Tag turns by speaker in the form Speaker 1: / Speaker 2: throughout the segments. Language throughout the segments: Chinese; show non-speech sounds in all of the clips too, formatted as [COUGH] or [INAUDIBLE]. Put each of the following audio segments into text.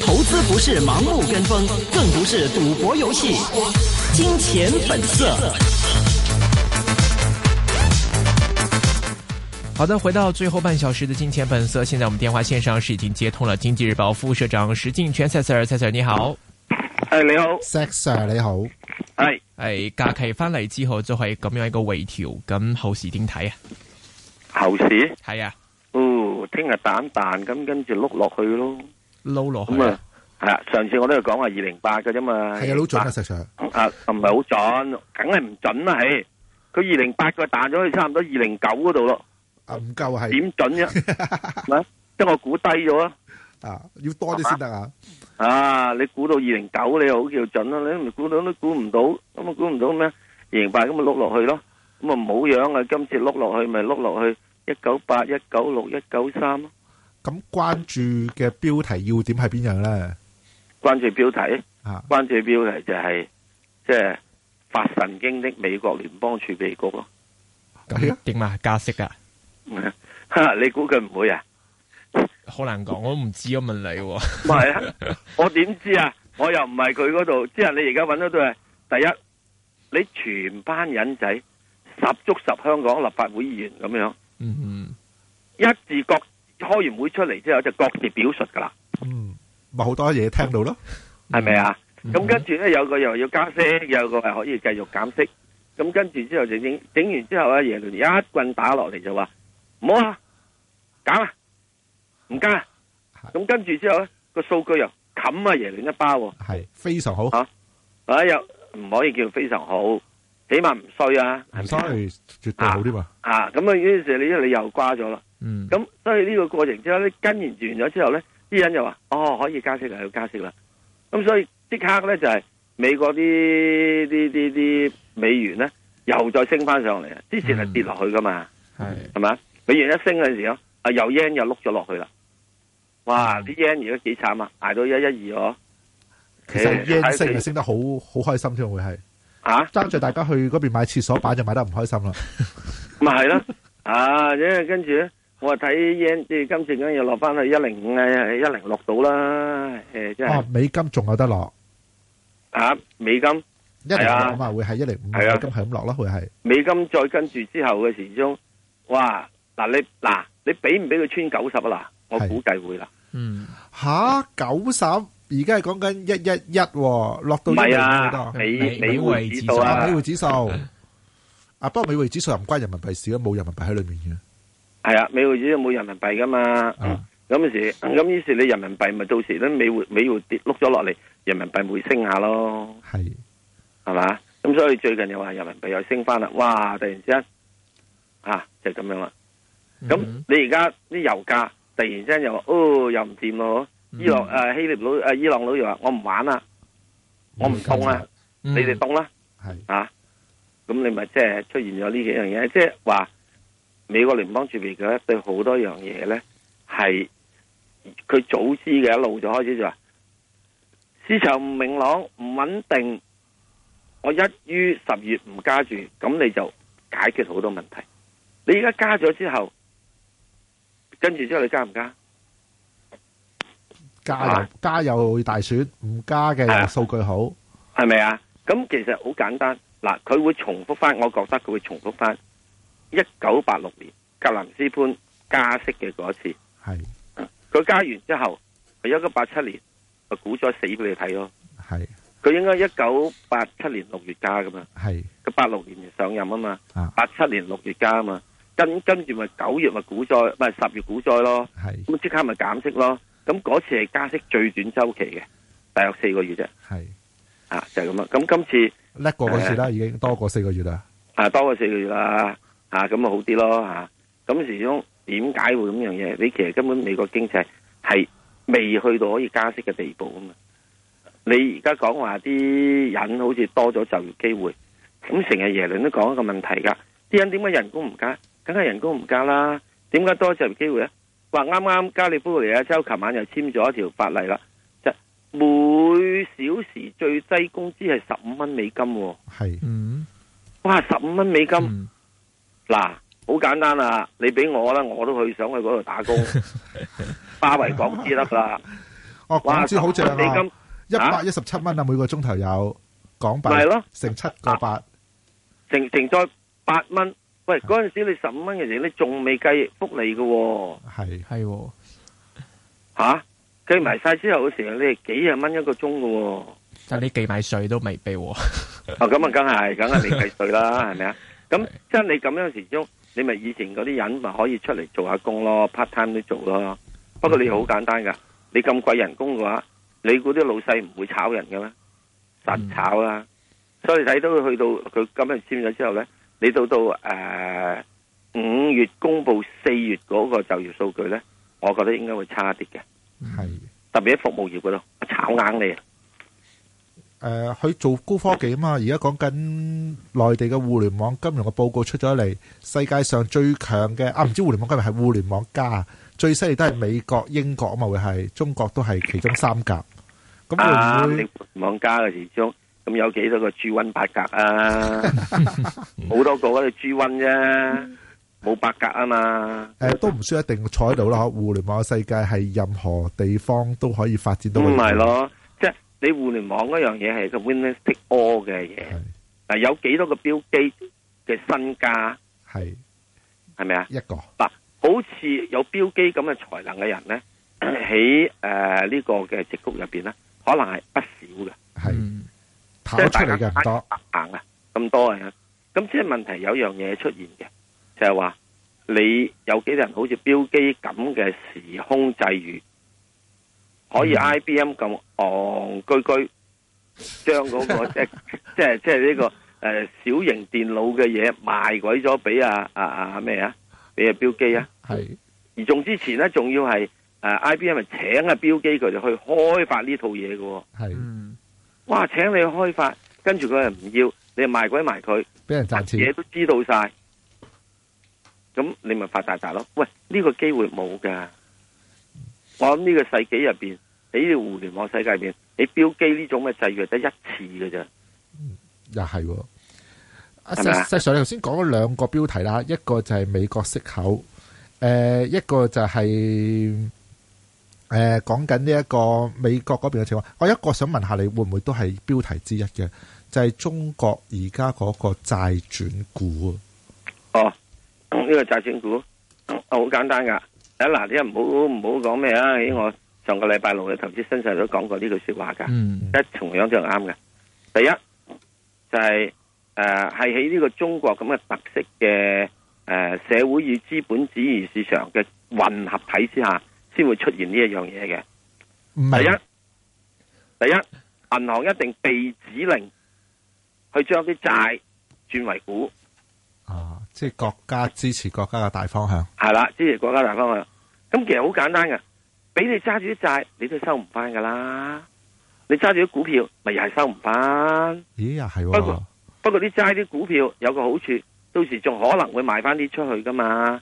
Speaker 1: 投资不是盲目跟风，更不是赌博游戏。金钱本色。
Speaker 2: 好的，回到最后半小时的金钱本色，现在我们电话线上是已经接通了《经济日报》副社长石敬全赛 Sir，赛 Sir 你好。
Speaker 3: 系你好，
Speaker 4: Sex 啊，你好，
Speaker 3: 系
Speaker 2: 誒假期翻嚟之後就係咁樣一個回調，咁後市點睇啊？
Speaker 3: 后市，
Speaker 2: 係啊，
Speaker 3: 哦，听日蛋蛋咁，跟住碌落去咯，
Speaker 2: 撈落去
Speaker 3: 咁
Speaker 2: 啊
Speaker 3: 啊，，系啊，上次我都系讲话二零八嘅啫嘛，
Speaker 4: 係啊，老準啊，石 Sir，
Speaker 3: 啊，唔系好准，梗系唔准啦，系，佢二零八佢彈咗去差唔多二零九嗰度咯，
Speaker 4: 啊唔夠 [LAUGHS] 啊，係
Speaker 3: 點準啫？係咪即系我估低咗啊，
Speaker 4: 啊，要多啲先得啊，
Speaker 3: 啊，你估到二零九你又好叫準啦，你唔估到都估唔到，咁啊估唔到咩？二零八咁咪碌落去咯，咁啊唔好樣啊，今次碌落去咪碌落去一九八、一九六、一九三咯。
Speaker 4: 咁關注嘅標題要點係邊樣咧？
Speaker 3: 關注標題，
Speaker 4: 啊，
Speaker 3: 關注標題就係即係發神經的美國聯邦儲備局咯。 [LAUGHS]
Speaker 4: 係
Speaker 2: 咁
Speaker 4: 啊，
Speaker 2: 點啊？加息啊？
Speaker 3: 你估佢唔會啊？
Speaker 2: 好難講，我都唔知，我問你喎。
Speaker 3: 唔係啊，我點知啊？我又唔係佢嗰度，即係你而家揾到都係第一，你全班人仔十足十香港立法會議員咁樣，
Speaker 2: 嗯嗯，
Speaker 3: 一字各開完會出嚟之後就各自表述㗎啦。
Speaker 4: 嗯，咪好多嘢聽到咯，
Speaker 3: 系咪啊？
Speaker 2: 嗯
Speaker 3: 咁跟住咧，有個又話要加息，有個係可以繼續減息。咁跟住之後就整整完之後咧，耶倫一棍打落嚟就話唔好啊，減啊，唔加啊。咁跟住之後咧，個數據又冚啊耶倫一包喎，
Speaker 4: 係非常好，
Speaker 3: 啊啊又唔可以叫非常好，起碼唔衰啊，係
Speaker 4: 唔
Speaker 3: 咪啊
Speaker 4: 衰，絕對好啲嘛，
Speaker 3: 啊？咁啊，於是你你又瓜咗啦。
Speaker 2: 嗯，
Speaker 3: 咁所以呢個過程之後咧，跟完完咗之後咧，啲人就話：哦，可以加息啦，要加息啦。咁所以即刻咧就係、美國啲啲啲啲美元咧又再升翻上嚟啊！之前係跌落去噶嘛，
Speaker 2: 係
Speaker 3: 係咪啊？美元一升嗰陣時咯，啊又 yen 又碌咗落去啦。哇！啲 yen 而家幾慘啊，捱到一一二哦。
Speaker 4: 其實 yen 升
Speaker 3: 唉
Speaker 4: 啊，升得好好開心添，會係
Speaker 3: 啊！
Speaker 4: 爭住大家去嗰邊買廁所板就買得唔開心啦，
Speaker 3: 咪係咯，啊，因為跟住咧，我睇 yen 即係今次梗係落翻去一零五啊，一零六到啦，誒，真
Speaker 4: 啊，
Speaker 3: 係
Speaker 4: 美金仲有得落，
Speaker 3: 啊，美金。
Speaker 4: 一零五
Speaker 3: 啊
Speaker 4: 啊嘛，會係一零五，美
Speaker 3: 係啊
Speaker 4: 金係咁落咯，會係，
Speaker 3: 美金再跟住之後嘅時鐘，哇！嗱你嗱你俾唔俾佢穿九十啊？嗱，我
Speaker 4: 係
Speaker 3: 估計會啦。
Speaker 2: 嗯，
Speaker 4: 吓九十，而家係講緊一一一，落到
Speaker 3: 唔係啊，
Speaker 4: 1.05
Speaker 3: 美
Speaker 2: 美
Speaker 3: 美匯指數
Speaker 4: 啊，
Speaker 3: 啊
Speaker 4: 美，匯指數啊，不過美匯指數又唔關人民幣事嘅，冇人民幣喺裏面
Speaker 3: 係啊，美匯指數冇人民幣噶嘛。
Speaker 4: 嘅。啊，
Speaker 3: 咁時咁於是你人民幣咪到時咧美匯美匯跌碌咗落嚟，人民幣會升下咯，
Speaker 4: 係
Speaker 3: 係嘛？咁所以最近又話人民幣又升翻啦，哇！突然之間啊，就係咁樣啦。咁
Speaker 2: 嗯
Speaker 3: 你而家啲油價突然之間又話哦又唔掂咯，伊朗
Speaker 2: 嗯
Speaker 3: 誒希臘佬誒伊朗佬又話我唔玩啦，我唔凍啦，
Speaker 2: 嗯
Speaker 3: 你哋凍啦。
Speaker 4: 係
Speaker 3: 啊，咁你咪即係出現咗呢幾樣嘢，即係話美國聯邦儲備局咧對好多樣嘢咧係佢早知嘅，一路就開始就話市場唔明朗、唔穩定，我一於十月唔加住，咁你就解決好多問題。你而家加咗之後，跟住之後你加唔加？
Speaker 4: 加油加油大選，唔加嘅
Speaker 3: 啊
Speaker 4: 又數據好，
Speaker 3: 係咪啊？咁其實好簡單，嗱，佢會重複翻，我覺得佢會重複翻一九八六年格林斯潘加息嘅嗰一次，
Speaker 4: 係
Speaker 3: 佢加完之後，佢一九八七年就估咗死俾你睇咯。
Speaker 4: 係
Speaker 3: 佢應該一九八七年六月加噶嘛，
Speaker 4: 係
Speaker 3: 佢八六年就上任啊嘛
Speaker 4: 啊，
Speaker 3: 八七年六月加啊嘛，跟跟住咪九月咪股災，唔係十月股災咯，
Speaker 4: 係
Speaker 3: 咁即刻咪減息咯。咁嗰次係加息最短周期嘅，大約四個月啫，
Speaker 4: 係
Speaker 3: 啊就係咁啦。咁今次。
Speaker 4: 叻過嗰次啦，已經多過四個月啦，
Speaker 3: 啊多過四個月啦，啊咁啊好啲咯吓。咁、啊始終點解會咁樣嘢？你其實根本美國經濟係未去到可以加息嘅地步啊嘛。你而家講話啲人好似多咗就業機會，咁成日耶倫都講一個問題㗎，啲人點解人工唔加？梗係人工唔加啦，點解多就業機會咧？話啱啱加利福尼亞州琴晚又簽咗一條法例啦，就每小時最低工資係十五蚊美金、喎。
Speaker 4: 係
Speaker 2: 嗯
Speaker 3: 哇，十五蚊美金！
Speaker 2: 嗯
Speaker 3: 嗱，好簡單啊！你俾我啦，我都去想去嗰度
Speaker 4: [LAUGHS]
Speaker 3: 打工，巴維港資得啦。
Speaker 4: 哦，港紙好正
Speaker 3: 美
Speaker 4: 啊，
Speaker 3: 金
Speaker 4: 一
Speaker 3: 啊
Speaker 4: 百一十七蚊啊，每個鐘頭有港幣，
Speaker 3: 咪係咯，啊
Speaker 4: 成七個八，
Speaker 3: 成成再八蚊。喂，嗰陣時你十五蚊嘅時候，你仲未計福利嘅喎、
Speaker 4: 係
Speaker 2: 係喎，
Speaker 3: 吓計埋晒之後嘅時候，你係幾廿蚊一個鐘嘅喎。
Speaker 2: 但你計埋税都未避喎。
Speaker 3: [LAUGHS] 啊，咁啊，梗係，梗係你計税啦，係咪啊？咁即係你咁樣時鐘，你咪以前嗰啲人咪可以出嚟做下工咯，part time 都做咯。不過你好簡單噶，你咁貴人工嘅話，你估啲老細唔會炒人嘅咩？
Speaker 2: 嗯
Speaker 3: 實炒啦。所以你睇到佢去到佢今日簽咗之後咧，你到到誒五月公布四月嗰個就業數據咧，我覺得應該會差啲嘅，
Speaker 4: 係
Speaker 3: 特別喺服務業嗰度炒硬你啊！
Speaker 4: 诶，佢、做高科技啊嘛，而家講緊內地嘅互聯網金融嘅報告出咗嚟，世界上最強嘅啊，唔知互聯網金融係互聯網加，最犀利都係美國、英國啊嘛，會係中國都係其中三甲。咁
Speaker 3: 啊！
Speaker 4: 會唔會
Speaker 3: 你網加嘅時鐘，咁有幾多個 G 温八格啊？好多個嗰度 G 温啫，冇八格啊嘛。
Speaker 4: 诶、都唔需要一定坐喺度啦？嗬互聯網嘅世界係任何地方都可以發展到
Speaker 3: 咁
Speaker 4: 嘅。
Speaker 3: 咪咯，即係你互聯網嗰樣嘢係個 winner take all 嘅嘢。
Speaker 4: [LAUGHS] 係，
Speaker 3: 嗱，有幾多個標機嘅身家
Speaker 4: 係
Speaker 3: 係咪啊？
Speaker 4: 一個
Speaker 3: 嗱，好似有標機咁嘅才能嘅人咧，喺誒呢個嘅直谷入邊咧，可能係不少嘅。
Speaker 4: 係
Speaker 2: 嗯
Speaker 4: 跑
Speaker 3: 即
Speaker 4: 出
Speaker 3: 係大家
Speaker 4: 嚟嘅唔多，
Speaker 3: 硬啊，咁多人啊，咁即係問題有樣嘢出現嘅，就係、話你有幾多人好似標機咁嘅時空際遇，可
Speaker 4: 嗯
Speaker 3: 以 IBM 咁昂居居將嗰、
Speaker 4: [LAUGHS]
Speaker 3: 個即係即係即係呢個誒、呃小型電腦嘅嘢賣鬼咗俾啊啊啊咩啊，俾啊標機啊！
Speaker 4: 係
Speaker 3: 而仲之前咧，仲要係誒、呃 IBM 係請啊標機佢哋去開發呢套嘢嘅喎，
Speaker 4: 係
Speaker 2: 嗯
Speaker 3: 哇！請你去開發，跟住佢又唔要，你又賣鬼埋佢。
Speaker 4: 俾人賺
Speaker 3: 嘢
Speaker 4: 錢，
Speaker 3: 都知道晒，咁你咪發大達咯。喂，呢、個機會冇噶，我諗呢個世紀入边，喺呢個互聯網世界入边，你標機呢種嘅際遇係得一次嘅啫。
Speaker 4: 又係喎。阿
Speaker 3: 係咪啊
Speaker 4: 石石 Sir，你頭先講咗兩個標題啦，一個就係美國息口，诶、一個就係诶講緊呢一個美國嗰邊嘅情況。我有一個想問下你，會唔會都係標題之一嘅？就係中國而家嗰個債轉股
Speaker 3: 哦， [COUGHS] 呢、個債券股嗯好簡單噶。啊嗱，你又唔好唔好講咩啊？喺我上個禮拜六嘅投資新世代都講過呢句说話㗎。
Speaker 2: 嗯
Speaker 3: 一同樣就啱嘅。第一就係誒係喺呢個中國咁嘅特色嘅誒、呃社會與資本主義市場嘅混合體之下，先會出現呢一樣嘢嘅。
Speaker 4: 唔係
Speaker 3: 第一，第一，銀行一定被指令去將啲債轉為股，
Speaker 4: 啊，即係國家支持國家嘅大方向。
Speaker 3: 係啦，支持國家大方向。咁其實好簡單嘅，俾你揸住啲債，你都收唔翻噶啦。你揸住啲股票，咪又係收唔翻。
Speaker 4: 咦，又係
Speaker 3: 不
Speaker 4: 喎
Speaker 3: 過，不過啲齋啲股票有個好處，到時仲可能會賣翻啲出去噶嘛，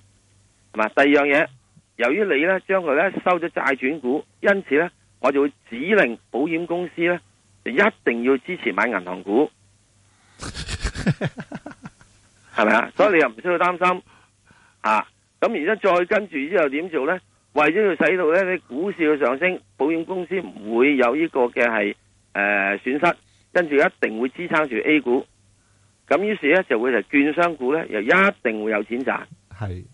Speaker 3: 係嘛？第二樣嘢，由於你咧將佢咧收咗債轉股，因此咧我就會指令保險公司咧就一定要支持買銀行股，係咪啊？所以你又唔需要擔心啊。咁然之後再跟住之後點做咧？為咗要使到咧你股市嘅上升，保險公司唔會有呢個嘅係誒損失。跟住一定會支撐住 A 股，咁於是咧就會就券商股咧又一定會有錢賺。
Speaker 4: 係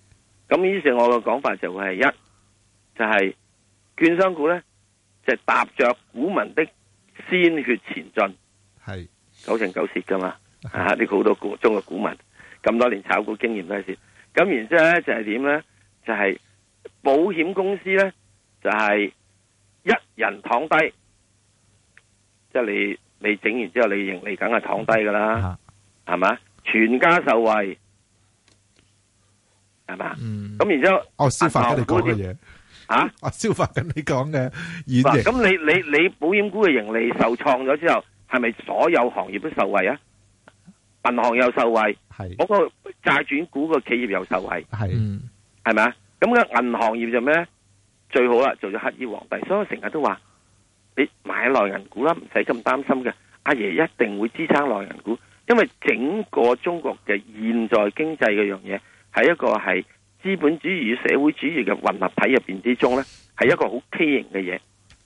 Speaker 3: 咁於是我嘅講法就會係一就係、券商股咧就係踏着股民的鮮血前進，
Speaker 4: 係
Speaker 3: 九成九蝕噶嘛，啊呢個好多股中國股民咁多年炒股經驗都係蝕。咁然之後咧就係點咧？就係、保險公司咧就係、一人躺低，即、係、你你整完之後你盈利梗係躺低噶啦。
Speaker 4: 啊
Speaker 3: 系嘛？全家受惠，系嘛？
Speaker 2: 嗯，
Speaker 3: 咁然之後
Speaker 4: 我消化緊你講嘅
Speaker 3: 銀
Speaker 4: 嘢，
Speaker 3: 啊，
Speaker 4: 我消化緊你講嘅演
Speaker 3: 嗱
Speaker 4: 繹。
Speaker 3: 咁你你你保險股嘅盈利受創咗之後，係咪所有行業都受惠啊？銀行又受惠，
Speaker 4: 係
Speaker 3: 嗰、個債轉股個企業又受惠，
Speaker 4: 係
Speaker 2: 嗯
Speaker 3: 係咪啊？咁嘅銀行業就咩咧？最好啦，做咗乞衣皇帝，所以我成日都話你買內銀股啦，唔使咁擔心嘅。阿爺一定會支撐內銀股，因為整個中國嘅現在經濟嘅樣嘢。Nó là một nền kinh tế 喺一個係資本主義與社會主義嘅混合體入邊之中咧，係一個好畸形嘅嘢。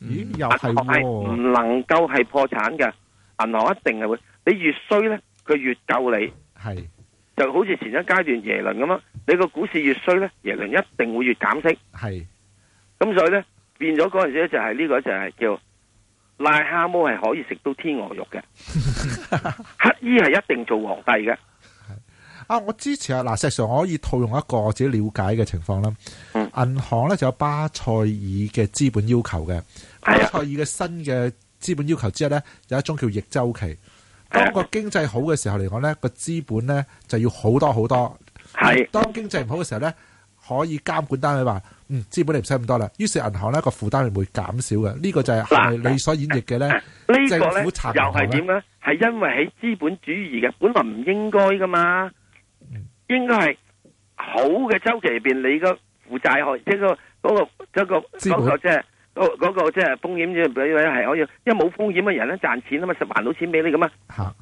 Speaker 4: 咦，
Speaker 2: 嗯
Speaker 4: 又係
Speaker 3: 銀行係
Speaker 4: 啊喎，
Speaker 3: 唔能夠係破產嘅，銀行一定係會，你越衰咧，佢越救你。
Speaker 4: 係
Speaker 3: 就好似前一階段耶倫咁樣，你個股市越衰咧，耶倫一定會越減息。
Speaker 4: 係
Speaker 3: 咁所以咧，變咗嗰陣時咧就係呢個就係叫癞蛤蟆係可以食到天鵝肉嘅，乞衣係一定做皇帝嘅。
Speaker 4: 啊！我支持啊！嗱，石 Sir，我可以套用一個我自己了解嘅情況啦。
Speaker 3: 嗯
Speaker 4: 銀行咧就有巴塞爾嘅資本要求嘅，巴
Speaker 3: 係啊
Speaker 4: [LAUGHS] 塞爾嘅新嘅資本要求之一咧，有一種叫逆周期。
Speaker 3: 係
Speaker 4: 當
Speaker 3: 啊
Speaker 4: 個經濟好嘅時候嚟講咧，個資本咧就要好多好多。
Speaker 3: 係
Speaker 4: 當經濟唔好嘅時候咧，可以監管單位話：嗯，資本你唔使咁多啦。於是銀行咧個負擔係會減少嘅。呢、個就係係咪你所演繹
Speaker 3: [LAUGHS]
Speaker 4: 嘅咧？
Speaker 3: 呢個
Speaker 4: 政
Speaker 3: 咧
Speaker 4: 府
Speaker 3: 又
Speaker 4: 拆銀行咧
Speaker 3: 係點咧？係因為喺資本主義嘅，本來唔應該噶嘛，
Speaker 4: 嗯
Speaker 3: 應該係好嘅周期入邊，你個負債可即係個嗰個嗰個
Speaker 4: 資本
Speaker 3: 嗰個即係嗰嗰個即係風險嘅比率係可以，哎因為冇風險嘅人咧賺錢啊嘛，實還到錢俾你噶嘛，
Speaker 4: 嚇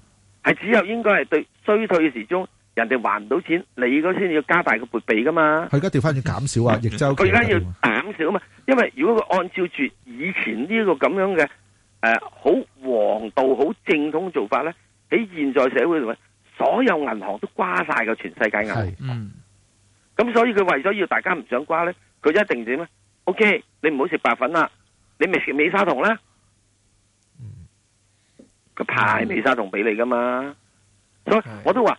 Speaker 3: 係只有應該係對衰退嘅時鐘，人哋還唔到錢，你嗰先要加大個撥備噶嘛。
Speaker 4: 佢而家調翻轉減少啊，逆周期
Speaker 3: 佢而家要
Speaker 4: 啊
Speaker 3: 減少啊嘛，因為如果佢按照住以前呢個咁樣嘅誒好王道、好正統做法咧，喺現在社會度咧，所有銀行都瓜晒嘅全世界銀行，
Speaker 4: 係
Speaker 2: 嗯
Speaker 3: 咁所以佢為咗要大家唔想瓜咧，佢一定點咧？OK，你唔好食白粉啦，你咪食美沙酮啦，佢派美沙酮俾你噶嘛，所以
Speaker 2: 係
Speaker 3: 我都話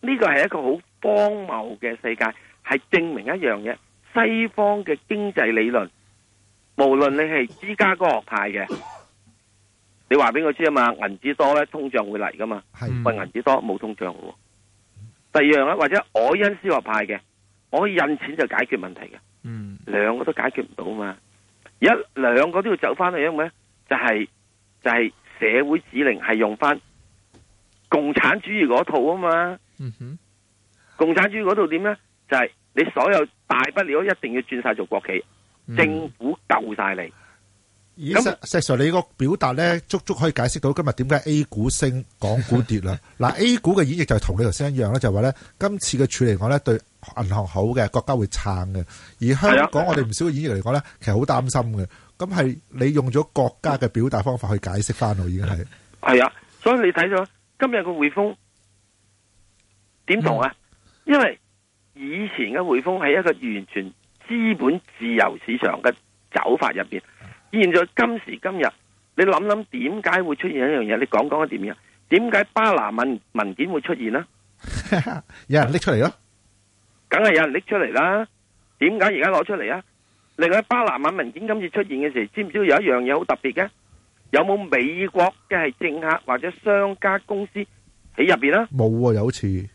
Speaker 3: 呢個係一個好荒謬嘅世界，係證明一樣嘢，西方嘅經濟理論，無論你係芝加哥學派嘅，你話俾我知啊嘛，銀紙多咧，通脹會嚟噶嘛。
Speaker 4: 係
Speaker 2: 嗯
Speaker 3: 喂，銀紙多冇通脹嘅喎。第二樣咧，或者我因斯學派嘅，我印錢就解決問題嘅，
Speaker 2: 嗯
Speaker 3: 兩個都解決唔到嘛。而家兩個都要走翻去，因為咧就係、就係、社會指令係用翻共產主義嗰套啊嘛。
Speaker 2: 嗯哼
Speaker 3: 共產主義嗰套點咧？就係、你所有大不了一定要轉晒做國企，
Speaker 2: 嗯
Speaker 3: 政府救晒你。
Speaker 4: 咦，
Speaker 3: 咁-
Speaker 4: Sir- Sir
Speaker 3: [LAUGHS]
Speaker 4: Sir，你個表達呢，足足可以解釋到今日點解A股升，港股跌啦。嗱，A股嘅演繹就係同你頭先一樣啦，就係話呢，今次嘅處理嚟講呢，對銀行好嘅，國家會撐嘅。而香
Speaker 3: 係啊。
Speaker 4: 港我哋唔少嘅演繹嚟講呢，其實好擔心嘅。咁係你用咗國家嘅表達方法去解釋返喎，已經係。
Speaker 3: 係啊，所以你睇到今日個匯豐點同啊？因為以前嘅匯豐係一個完全資本自由市場嘅走法入邊，現在今時今日，你諗諗點解會出現一樣嘢？你講講一點嘢，點解巴拿文文件會出現呢？ [LAUGHS]
Speaker 4: 有人拎出嚟咯，係。
Speaker 3: 梗係有人拎出嚟啦。點解而家攞出嚟啊？另外巴拿馬文件今次出現嘅時候，知唔知道有一樣嘢好特別嘅？有冇美國嘅係政客或者商家公司喺入邊啦？
Speaker 4: 冇喎，有好似。係。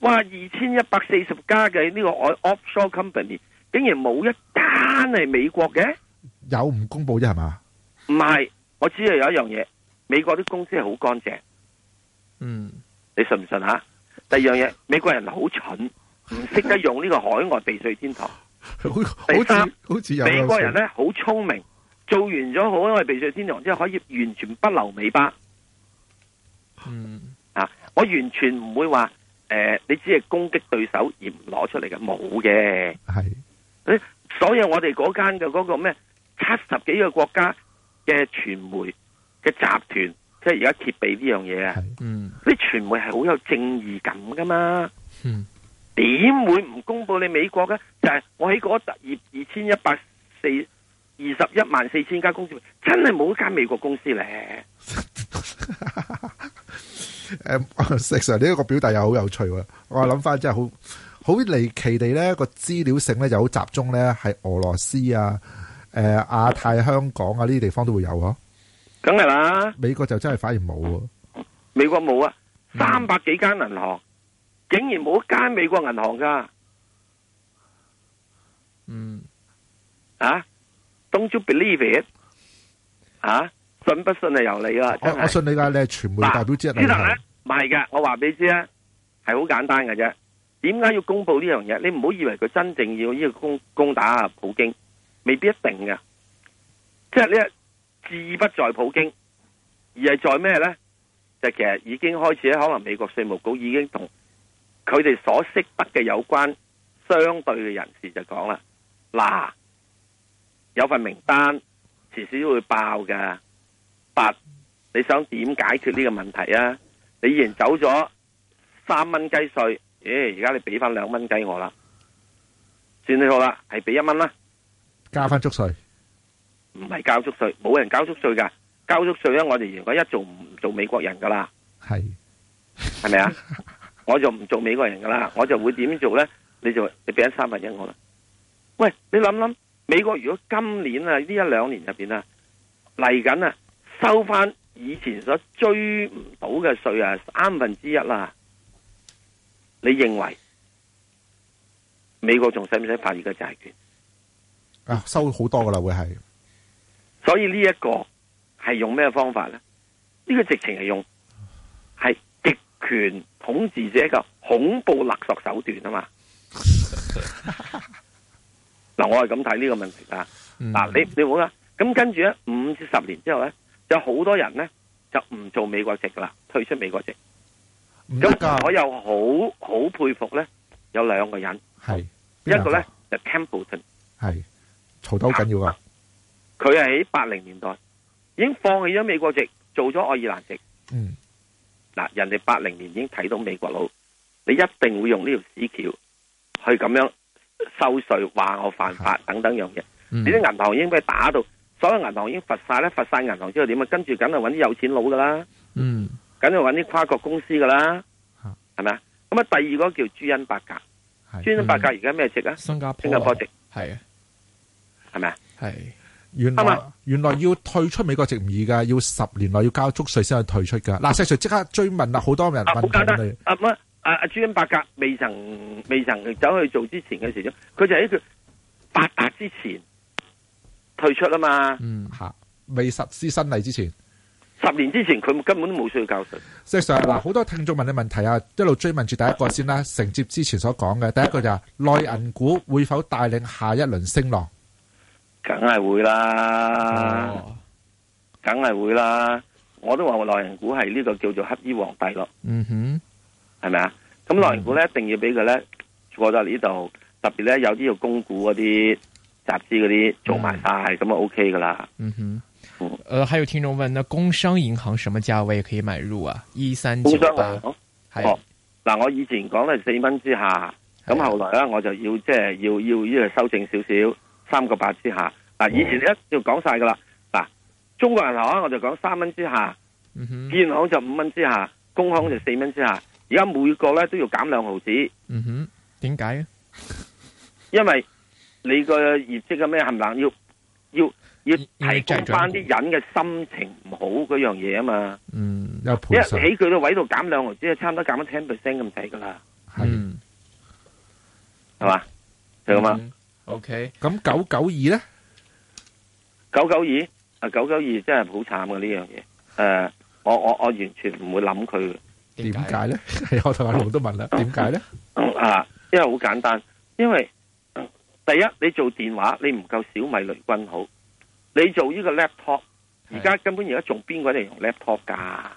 Speaker 3: 哇！二千一百四十家嘅呢個外 offshore company，竟然冇一間係美國嘅。
Speaker 4: 有唔公佈啫，係嘛？係。
Speaker 3: 唔係，我知道有一樣嘢，美國啲公司係好乾淨，
Speaker 2: 嗯
Speaker 3: 你信唔信吓？第二樣嘢，美國人好蠢，唔識得用呢個海外避稅天堂。
Speaker 4: 好-
Speaker 3: 第三，
Speaker 4: 好似-好似有
Speaker 3: 美國
Speaker 4: 有
Speaker 3: 人咧好聰明，做完咗好因為避稅天堂之後，可以完全不留尾巴
Speaker 2: 嗯
Speaker 3: 啊！我完全唔會話诶、呃你只係攻擊對手而唔攞出嚟嘅，冇嘅。所以我哋嗰間嘅嗰個咩七十幾個國家嘅傳媒嘅集團，即係而家揭秘呢樣嘢啊！
Speaker 4: 係，係。
Speaker 2: 嗯
Speaker 3: 啲傳媒係好有正義感噶嘛，
Speaker 2: 嗯
Speaker 3: 點會唔公佈你美國嘅？就係、我喺嗰二二千一百四二十一萬四千間公司，真係冇一間美國公司咧。
Speaker 4: [LAUGHS] 诶、石 Sir 呢一個表達又好有趣喎！我諗翻真係好好離奇地咧，個資料性咧就好集中咧，係俄羅斯啊、诶、亞太、香港啊呢啲地方都會有嗬。
Speaker 3: 梗係啦，
Speaker 4: 美國就真係反而冇喎。
Speaker 3: 美國冇啊，
Speaker 2: 嗯
Speaker 3: 三百幾間銀行，竟然冇一間美國銀行㗎
Speaker 2: 嗯
Speaker 3: 啊！Don't you believe it？啊，信不信係由你啦，真
Speaker 4: 我我
Speaker 3: 係。
Speaker 4: 信你㗎，你係傳媒代表之一
Speaker 3: 嗱呢度
Speaker 4: 嚟
Speaker 3: 咧，啊唔係嘅，我話俾你知啊，係好簡單嘅啫。點解要公佈呢樣嘢？你唔好以為佢真正要呢個攻攻打啊普京，未必一定嘅。即係呢，志不在普京，而係在咩咧？就其實已經開始咧，可能美國稅務局已經同佢哋所識得嘅有關相對嘅人士就講啦，嗱，有份名單遲少會爆㗎，八，你想點解決呢個問題啊？你既然走咗三蚊雞税，咦，而家你俾翻兩蚊雞我啦，算你好啦，係俾一蚊啦，
Speaker 4: 加翻足税，
Speaker 3: 唔係交足税，冇人交足税㗎，交足税咧，我哋如果一做唔做美國人㗎啦。
Speaker 4: 系
Speaker 3: 系咪啊？我就唔做美國人噶啦，我就會點做咧？你就你俾咗三分一我啦。喂，你諗諗，美國如果今年啊呢一兩年入邊啊嚟緊啊收翻以前所追唔到嘅税啊三分之一啦，你認為美國仲使唔使發呢個債券？
Speaker 4: 啊，收好多噶啦，會係
Speaker 3: 所以呢一個係用咩方法呢？呢、個直情係用係極權統治者嘅恐怖勒索手段啊嘛。嗱，我係咁睇呢個問題啊。
Speaker 2: 嗯
Speaker 3: 嗱，你你好啦，咁跟住咧五至十年之後咧，有好多人咧就唔做美國籍㗎啦，退出美國籍。
Speaker 4: 唔得
Speaker 3: 咁
Speaker 4: 噶
Speaker 3: 我，又好好佩服咧，有兩個人，
Speaker 4: 係
Speaker 3: 一個咧就 Templeton。
Speaker 4: 係嘈得好緊要噶，
Speaker 3: 佢係喺八零年代已經放棄咗美國籍，做咗愛爾蘭籍。
Speaker 4: 嗯
Speaker 3: 嗱，人哋八零年已經睇到美國佬，你一定會用呢條屎橋去咁樣收税，話我犯法等等樣嘢。
Speaker 2: 嗯
Speaker 3: 你啲銀行已經俾佢打到，所有銀行已經罰晒咧，罰晒銀行之後點啊？跟住梗係揾啲有錢佬噶啦，
Speaker 2: 嗯
Speaker 3: 梗係揾啲跨國公司噶啦
Speaker 4: 嚇，
Speaker 3: 係咪啊？咁啊，第二個叫朱恩伯格，朱
Speaker 4: 係。
Speaker 3: 恩伯格而家咩籍啊？
Speaker 2: 新加坡
Speaker 3: 新加坡籍
Speaker 2: 係啊
Speaker 3: 係咪啊？
Speaker 2: 係
Speaker 4: 原
Speaker 3: 啱
Speaker 4: 來
Speaker 3: 啊
Speaker 4: 原來要退出美國籍唔易噶，要十年內要交足税先可以退出噶。嗱，石 Sir 即刻追問啦，好多人
Speaker 3: 嗯啊，好
Speaker 4: 問
Speaker 3: 簡單
Speaker 4: 緊你，
Speaker 3: 啊乜啊啊朱恩伯格未曾未曾走去做之前嘅時鐘，佢就喺佢發達之前退出啊嘛。
Speaker 2: 嗯
Speaker 4: 嚇，未實施新例之前。
Speaker 3: 十年之前佢根本都冇需要交税。
Speaker 4: 石 Sir 嗱，好多聽眾問你問題啊，一路追問住第一個先啦。承接之前所講嘅，第一個就係內銀股會否帶領下一輪升浪？
Speaker 3: 梗係會啦，
Speaker 2: 哦
Speaker 3: 梗係會啦。我都話內人股係呢個叫做黑衣皇帝咯，
Speaker 2: 嗯哼
Speaker 3: 係咪啊？咁
Speaker 2: 嗯
Speaker 3: 內人股咧一定要俾佢咧過咗嚟呢度，特別咧有啲要供股嗰啲集資嗰啲做埋晒，咁啊 OK 噶啦。
Speaker 2: 嗯哼
Speaker 3: 嗯，
Speaker 2: 呃，還有聽眾問，那工商銀行什麼價位可以買入啊？一三
Speaker 3: 工
Speaker 2: 九
Speaker 3: 商
Speaker 2: 八
Speaker 3: 銀行
Speaker 2: 係
Speaker 3: 哦嗱，我以前講咧四蚊之下，咁
Speaker 2: 係啊
Speaker 3: 後來咧我就要即係要要呢個修正少少，三個八之下。嗱，以前一要講晒噶啦。嗱，中國銀行啊，我就講三蚊之下，
Speaker 2: 嗯哼
Speaker 3: 建行就五蚊之下，工行就四蚊之下。而家每個咧都要減兩毫子，
Speaker 2: 嗯哼，點解啊？
Speaker 3: 因為你個業績嘅咩冚唪唥要要
Speaker 2: 要
Speaker 3: 要提供翻啲人嘅心情唔好嗰樣嘢啊嘛。
Speaker 2: 嗯
Speaker 4: 有
Speaker 3: 一
Speaker 4: 賠償
Speaker 3: 喺佢個位度減兩毫子，差唔多減咗 ten percent 咁滯噶啦，
Speaker 4: 係。
Speaker 2: 嗯
Speaker 3: 係嘛？就咁啊。
Speaker 2: 嗯？OK，
Speaker 4: 咁九九二呢？
Speaker 3: 九九二啊，九九二真係好慘嘅呢樣嘢。诶、我我我完全唔會諗佢
Speaker 4: 點解呢？ [LAUGHS] 係我同阿龍
Speaker 2: [LAUGHS]
Speaker 4: 都問啦，點解呢？
Speaker 3: 嘅啊，因為好簡單，因為嗯第一你做電話你唔夠小米雷軍好，你做呢個 laptop，而家根本而家仲邊個嚟用 laptop 噶？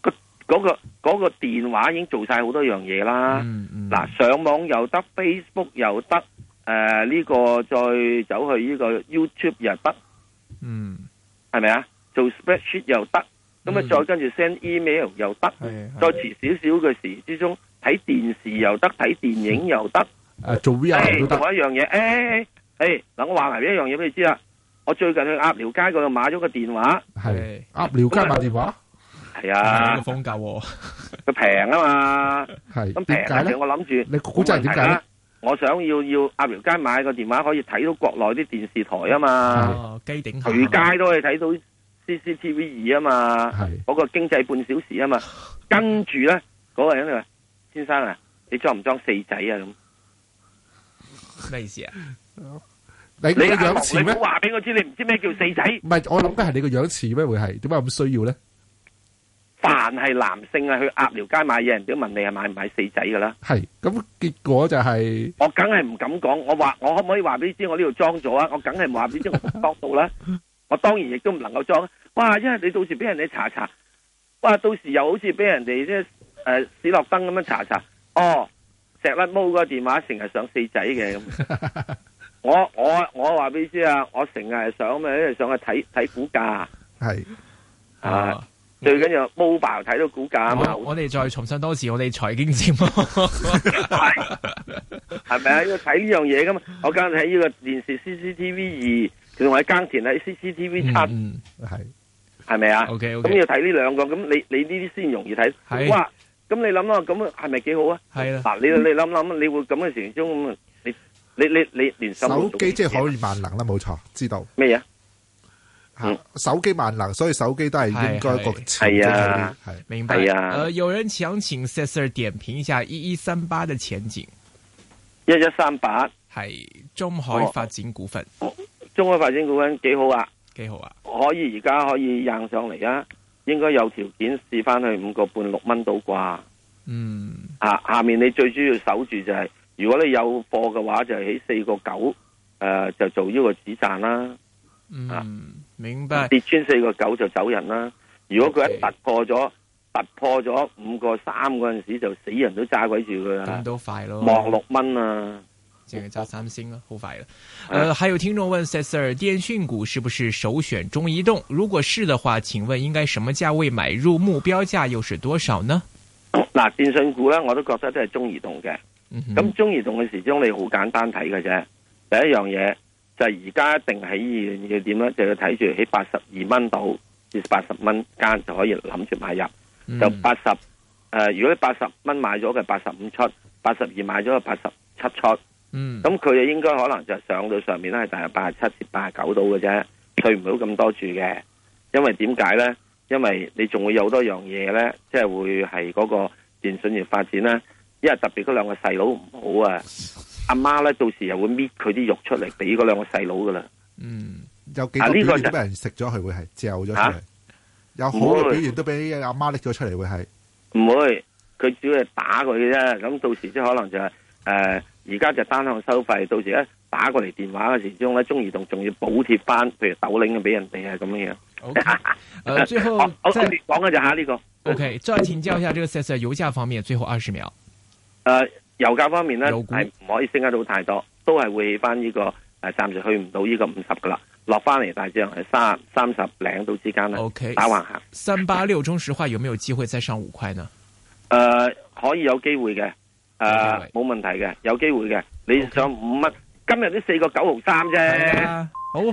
Speaker 3: 個嗰、個嗰、個電話已經做晒好多樣嘢啦。
Speaker 2: 嗯嗯
Speaker 3: 嗱、上網又得，Facebook 又得，诶、呢、個再走去呢個 YouTube 又得。
Speaker 2: 嗯
Speaker 3: 系咪啊？做 spreadsheet 又得，咁啊
Speaker 2: 嗯
Speaker 3: 再跟住 send email 又得，
Speaker 2: 係係
Speaker 3: 再遲少少嘅時之中睇電視又得，睇電影又得，
Speaker 4: 誒啊做
Speaker 3: 誒
Speaker 4: VR 嗯都
Speaker 3: 仲有
Speaker 4: 得，
Speaker 3: 一樣嘢，哎誒誒誒哎嗱，我話埋呢一樣嘢俾你知啦，我最近去鴨寮街嗰度買咗個電話，
Speaker 4: 係鴨寮街買電話，
Speaker 3: 係
Speaker 2: 係
Speaker 3: 啊
Speaker 4: 嗯
Speaker 2: 呢，個風格喎，
Speaker 3: 佢平啊嘛，
Speaker 4: 係
Speaker 3: 咁
Speaker 4: 點
Speaker 3: 平
Speaker 4: 解
Speaker 3: 嘅
Speaker 4: 呢？
Speaker 3: 我諗住
Speaker 4: 你估真係點解呢？？
Speaker 3: 我想要要鴨寮街買個電話可以睇到國內啲電視台啊嘛，
Speaker 2: 哦，雞頂
Speaker 3: 隨街都可以睇到 CCTV 二啊嘛。
Speaker 4: 係
Speaker 3: 嗰個經濟半小時啊嘛，
Speaker 4: 嗯
Speaker 3: 跟住咧嗰個人就話：先生啊，你裝唔裝四仔啊？咁
Speaker 2: 咩意思啊？
Speaker 4: 你個
Speaker 3: 你
Speaker 4: 樣似
Speaker 3: 你
Speaker 4: 咩
Speaker 3: 唔好？話俾我知，你唔知咩叫四仔。
Speaker 4: 唔係，我諗緊係你個樣似咩？會係點解咁需要呢？
Speaker 3: 凡係男性啊，去鴨寮街買嘢，人哋都問你係買唔買四仔噶啦。
Speaker 4: 係咁，結果就係
Speaker 3: 我梗係唔敢講，我話我可唔可以話俾你知我呢度裝咗啊？我梗係唔話俾你知我裝到
Speaker 2: [LAUGHS]
Speaker 3: 啦。我當然亦都唔能夠裝。哇！因為你到時俾人哋查查，哇！到時又好似俾人哋即係誒史諾登咁樣查查。哦，石甩毛個電話成日上四仔嘅咁。
Speaker 2: [LAUGHS]
Speaker 3: 我我我話俾你知啊，我成日係上咩？因為上去睇睇股價，
Speaker 4: 係
Speaker 3: 啊最緊要毛爆睇到股價啊嘛
Speaker 2: 哦我，我哋再重新多次我哋財經節目，
Speaker 3: 係咪啊？要睇呢樣嘢噶嘛。我今日睇呢個電視 CCTV 二，仲喺耕田喺 CCTV 七，
Speaker 2: 嗯
Speaker 4: 係
Speaker 3: 係咪啊？
Speaker 2: ，OK
Speaker 3: 咁
Speaker 2: 哦 OK，
Speaker 3: 要睇呢兩個，咁你你呢啲先容易睇
Speaker 2: 係。
Speaker 3: 哇！咁你諗下，咁係咪幾好啊？
Speaker 2: 係啦，
Speaker 3: 嗱，你你諗諗，你會咁嘅時鐘咁啊？你你你你連手
Speaker 4: 手機即係
Speaker 3: 係
Speaker 4: 可以萬能啦，冇錯，知道
Speaker 3: 咩嘢？啊
Speaker 4: 吓
Speaker 3: 嗯
Speaker 4: 手機萬能，所以手機都係應該個
Speaker 2: 係係
Speaker 4: 前景
Speaker 3: 係
Speaker 4: 好啲
Speaker 3: 啊
Speaker 4: 係
Speaker 2: 明白。
Speaker 3: 哎呀
Speaker 2: 呃，有人想請 s i r 點評一下一一三八的前景，
Speaker 3: 一一三八
Speaker 2: 係中海
Speaker 3: 哦
Speaker 2: 發展股份
Speaker 3: 中海發展股份幾好啊！
Speaker 2: 幾好啊？
Speaker 3: 可以而家可以硬上嚟啊！應該有條件試翻去五個半六蚊到啩啊！
Speaker 2: 嗯，
Speaker 3: 下面你最主要守住就係、如果你有貨嘅話，就係喺四個九誒就做呢個止賺啦。啊
Speaker 2: 嗯，明白。
Speaker 3: 跌穿四個九就走人啦。如果佢一突破咗突破咗五個三嗰陣時，就死人都揸鬼住佢
Speaker 2: 咁
Speaker 3: 啦，
Speaker 2: 都快咯，
Speaker 3: 啊望六蚊啊！ [COUGHS]
Speaker 2: 这个加三星啊，好快了。呃，还有听众问 s i r 电讯股是不是首选中移动？如果是的话，请问应该什么价位买入？目标价又是多少呢？
Speaker 3: 嗱，電信股咧，我都覺得都係中移動嘅。
Speaker 2: 嗯哼，
Speaker 3: 咁、中移動嘅時鐘你好簡單睇嘅啫。第一樣嘢就係而家一定喺要點咧，就要睇住喺八十二蚊到至八十蚊間就可以諗住買入。
Speaker 2: 嗯
Speaker 3: 就八十誒，如果你八十蚊買咗嘅八十五出，八十二買咗嘅八十七出。
Speaker 2: 嗯
Speaker 3: 咁佢就應該可能就上到上面咧，係大約八十七至八十九度嘅啫，退唔到咁多住嘅。因為點解咧？因為你仲會有好多樣嘢咧，即係會係嗰個電信業發展咧。因為特別嗰兩個細佬唔好啊，阿媽咧到時又會搣佢啲肉出嚟俾嗰兩個細佬噶啦。 [LAUGHS]
Speaker 2: 嗯
Speaker 4: 有幾個
Speaker 3: 啊呢個
Speaker 4: 表現
Speaker 3: 就
Speaker 4: 都俾人食咗，佢會係嚼咗出嚟
Speaker 3: 啊。
Speaker 4: 有好
Speaker 3: 唔
Speaker 4: 嘅
Speaker 3: 會
Speaker 4: 表現都俾阿媽拎咗出嚟，會係
Speaker 3: 唔會，佢只係打佢嘅啫。咁到時即係可能就係、誒，而家就單向收費，到時一打過嚟電話嘅時鐘咧，中移動仲要補貼翻，譬如豆領嘅俾人哋啊咁樣樣。
Speaker 2: ，OK。呃，最后
Speaker 3: 好，我
Speaker 2: 再
Speaker 3: 哋講嘅就下呢個。
Speaker 2: OK，再请教一下这个 s i r 油价方面，最后二十秒。
Speaker 3: 诶、呃油價方面咧
Speaker 2: 油股
Speaker 3: 係唔可以升得到太多，都係會起翻呢、個个诶，暂、暫時去唔到呢個五十噶啦，落翻嚟大致上係三三十零到之間啦
Speaker 2: OK，
Speaker 3: 打橫行。
Speaker 2: 三八六中石化有没有机会再上五块呢？
Speaker 3: 诶、呃可以有機會嘅，诶、呃
Speaker 2: 有機
Speaker 3: 冇問題嘅，有機會嘅。你
Speaker 2: OK
Speaker 3: 上五蚊，今日都四個九毫三啫。
Speaker 2: 係啊好多。